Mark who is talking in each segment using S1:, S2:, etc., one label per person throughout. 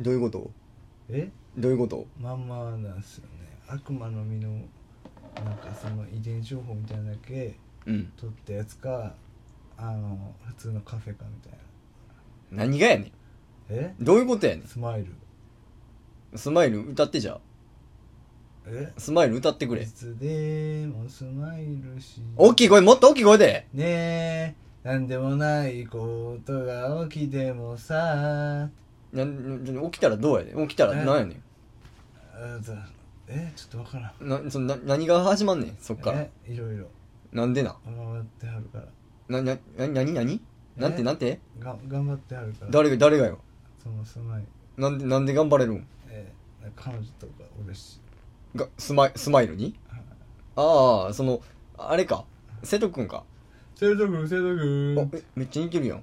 S1: どういうこと
S2: え
S1: どういうこと
S2: まんまなんですよね悪魔の実のなんかその遺伝情報みたいなのだけ
S1: うん
S2: 取ったやつかあの普通のカフェかみたいな
S1: 何がやねん
S2: え
S1: どういうことやね
S2: スマイル
S1: んスマイル歌ってじゃあ
S2: え
S1: スマイル歌ってく
S2: い
S1: れ
S2: つでもスマイルし
S1: 大きい声もっと大きい声で
S2: ねえなんでもないことが起きてもさ
S1: なん起きたらどうやねん起きたら
S2: え
S1: 何やね
S2: あざえちょっとわからん
S1: んなそのな何が始まんねんそっから
S2: えいろいろ
S1: なんでな
S2: 回ってはるから
S1: ななな何何なんて
S2: え
S1: なんて
S2: が頑張ってはるから
S1: 誰が誰がよ
S2: そのスマイル
S1: なんでなんで頑張れるん
S2: えー彼女とか俺し
S1: がスマイスマイルに
S2: はい
S1: ああそのあれか瀬戸くんか
S2: セルト君、セルト
S1: お
S2: 君
S1: えめっちゃ似てるやん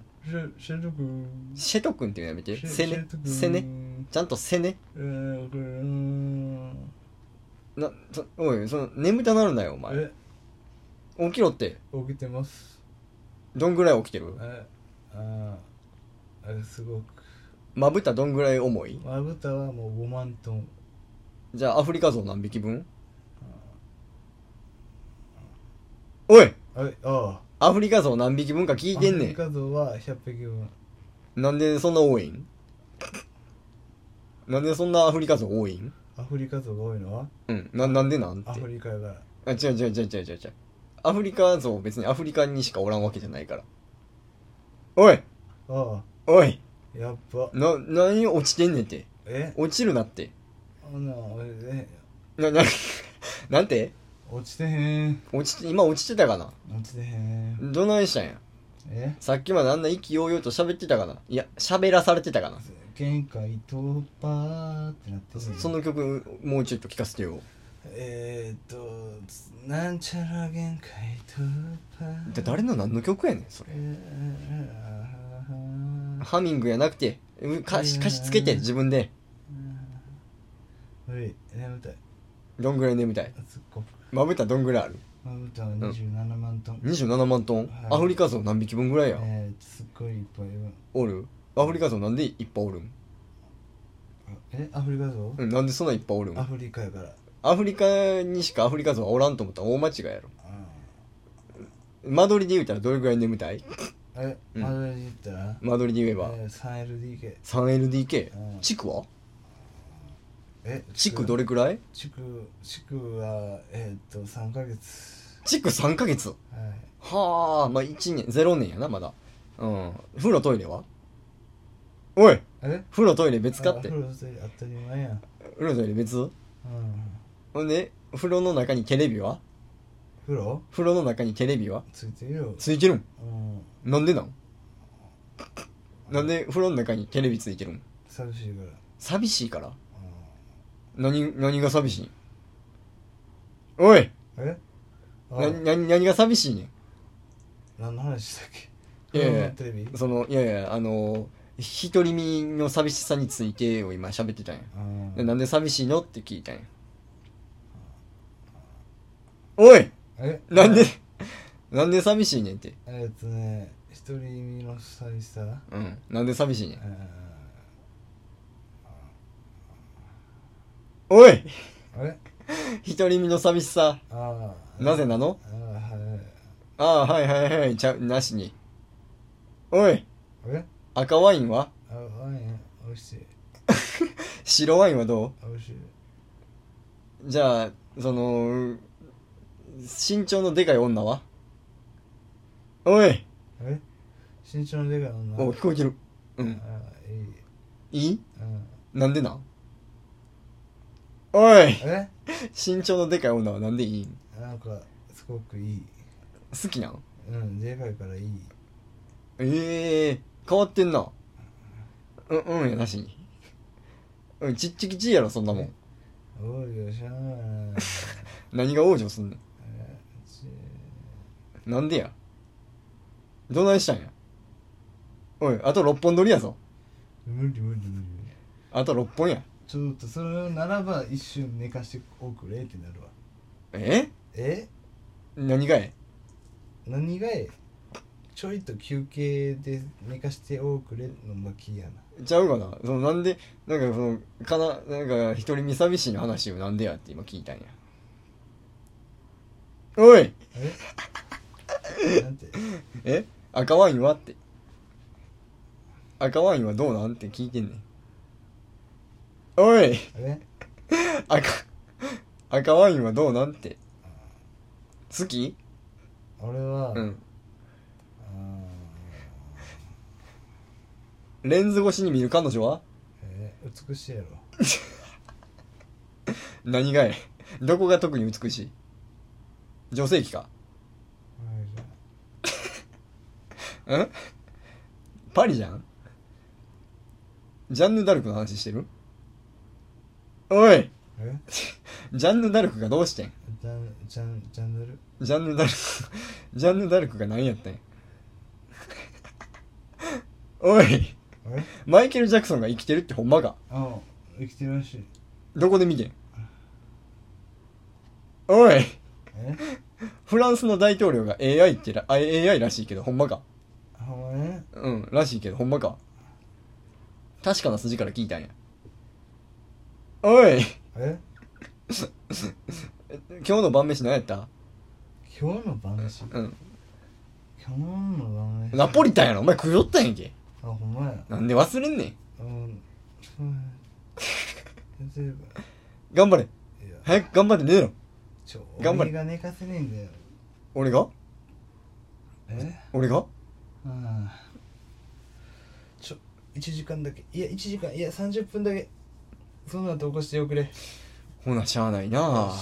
S2: シェルト君
S1: 瀬戸くんっていうのやめて
S2: シェ
S1: せ
S2: シェ
S1: ね
S2: ルト君
S1: せねちゃんとせね
S2: えーこれうーん
S1: なそおいその眠たなるなよお前
S2: え
S1: 起きろって
S2: 起きてます
S1: どんぐらい起きてる
S2: えあーえすごく
S1: まぶたどんぐらい重い
S2: まぶたはもう5万トン
S1: じゃあアフリカゾウ何匹分おい
S2: あれあ
S1: アフリカゾウ何匹分か
S2: あ
S1: 聞いてんね
S2: 画像は100匹分
S1: んなんでそんな多いんなんでそんなアフリカゾウ多いん
S2: アフリカ像が多いのは
S1: うんななんでなんて
S2: アフリカやから
S1: あ違う違う違う違う違う違うアフリカゾウ別にアフリカにしかおらんわけじゃないからおい
S2: あ
S1: おい
S2: あやっぱ
S1: な何落ちてんねんて
S2: え
S1: 落ちるなって
S2: あんなえ
S1: なな なんて
S2: 落ちてへん
S1: 落ちて今落ちてたかな
S2: 落ちてへん
S1: どないしたんや
S2: え
S1: さっきまであんな意気揚々と喋ってたかないや喋らされてたかな
S2: 限界突破ってなってる
S1: その曲もうちょっと聞かせてよ
S2: えーっとなんちゃら限界突破
S1: で誰の何の曲やねんそれ
S2: えー
S1: ハミングやなくてう歌詞歌詞つけて自分で
S2: 無理眠たい
S1: どんぐらい眠たい
S2: すっごく
S1: まぶたどんぐらいある
S2: まぶたは27万トン、
S1: 27万トン、
S2: はい
S1: アフリカゾウ何匹分ぐらいや、
S2: えー、すっごいいっぱいいる
S1: おるアフリカゾウなんでいっぱいおるん、
S2: えアフリカゾ
S1: うん、なんでそんないっぱいおる
S2: ウ、
S1: ん
S2: アフリカやから
S1: アフリカにしかアフリカゾウはおらんと思ったら大間違いやろ
S2: あ
S1: 間取りで言うたらどれぐらい眠たい
S2: ーえ
S1: うん
S2: マドリー言ったら、
S1: 間取りで言えば、
S2: えー、3LDK
S1: 3LDK
S2: うん
S1: 地区は
S2: え
S1: 地区どれくらい
S2: 地区地区はえーっと3ヶ月
S1: 地区3ヶ月
S2: はい
S1: はあまあ1年0年やなまだうん風呂トイレはおい
S2: え
S1: 風呂トイレ別かって
S2: あ風呂当たり前やん、
S1: 風呂トイレ別
S2: うん、
S1: ほんで風呂の中にテレビは
S2: 風呂
S1: 風呂の中にテレビは
S2: ついてるよ、
S1: ついてるん
S2: うん、
S1: なんでなんなんで風呂の中にテレビついてるん
S2: 寂しいから、
S1: 寂しいから何何が寂しいんおい
S2: うん、えあ
S1: な何何が寂しいねん
S2: 何の話したっけ
S1: いやいや
S2: 風呂のテレビ
S1: そのいやいやあの独り身の寂しさについてを今喋ってたんや
S2: うん
S1: でなんで寂しいのって聞いたんやおい
S2: え
S1: なんでなんで寂しいねんって
S2: えーっとね独り身の寂しさ
S1: うんなんで寂しいねん
S2: うん
S1: おい
S2: あれ
S1: 独り身の寂しさ
S2: ああ
S1: なぜなの
S2: ああはい
S1: ああはいはいはいちゃうなしにおい
S2: あれ
S1: 赤ワインは
S2: あワイン美味しい
S1: 白ワインはど
S2: 美味しいう
S1: じゃあその身長のでかい女はおい
S2: あれ身長のでかい女
S1: お聞こえてるうん
S2: ああいい
S1: いい
S2: うん
S1: なんでなんおい
S2: え
S1: 身長のでかい女はなんでいいん
S2: なんかすごくいい
S1: 好きなん
S2: うんでかいからいい
S1: ええ変わってんなうんうんやなしにうんちっちきちいやろそんなもん
S2: おいよしゃー
S1: 何が往生すんね
S2: えち
S1: んなんでやどないしたんやおいあと6本撮りやぞ
S2: 無理無理無理
S1: あと6本や
S2: ちょっとそれならば一瞬寝かしておくれってなるわ
S1: え
S2: え
S1: 何がえ
S2: 何がえちょいと休憩で寝かしておくれの巻きやな
S1: ちゃうかなそのなんでなんかそのかななんか一人見寂しいの話をなんでやって今聞いたんやおい
S2: えなんて
S1: え赤ワインはって赤ワインはどうなんって聞いてんねんおい
S2: あれ
S1: 赤赤ワインはどうなんって好き
S2: 俺は、
S1: うん
S2: あー
S1: レンズ越しに見る彼女は
S2: え美しいやろ
S1: 何がいどこが特に美しい女性器か
S2: はいじゃ
S1: んパリじゃんジャンヌ・ダルクの話してるおい
S2: あえ
S1: ジャンヌ・ダルクがどうしてん
S2: ジャンジャンジャンヌル
S1: ジャンヌ・ダルクジャンヌ・ダルクが何やったんやおい
S2: あれ
S1: マイケル・ジャクソンが生きてるってほんまか
S2: あ生きてるらしい
S1: どこで見てんおい
S2: え
S1: フランスの大統領が AI ってらあ AI らしいけどほんまか
S2: ほんまね
S1: うんらしいけどほんまか確かな筋から聞いたんやおい
S2: え
S1: 今日の晩飯何やった
S2: 今日の晩飯
S1: うん
S2: 今日の晩飯
S1: ナポリタンやろお前食いよったんやんけ
S2: あほんまや
S1: なんで忘れんねん
S2: うんそうや例えば
S1: 頑張れ
S2: いや
S1: 早く頑張って寝ろ
S2: ちょ
S1: 頑張れ
S2: 俺が寝かせねえんだよ
S1: 俺が
S2: え
S1: 俺が
S2: うんちょ1時間だけいや1時間いや30分だけその後起こしておくれ
S1: ほなしゃあないなあ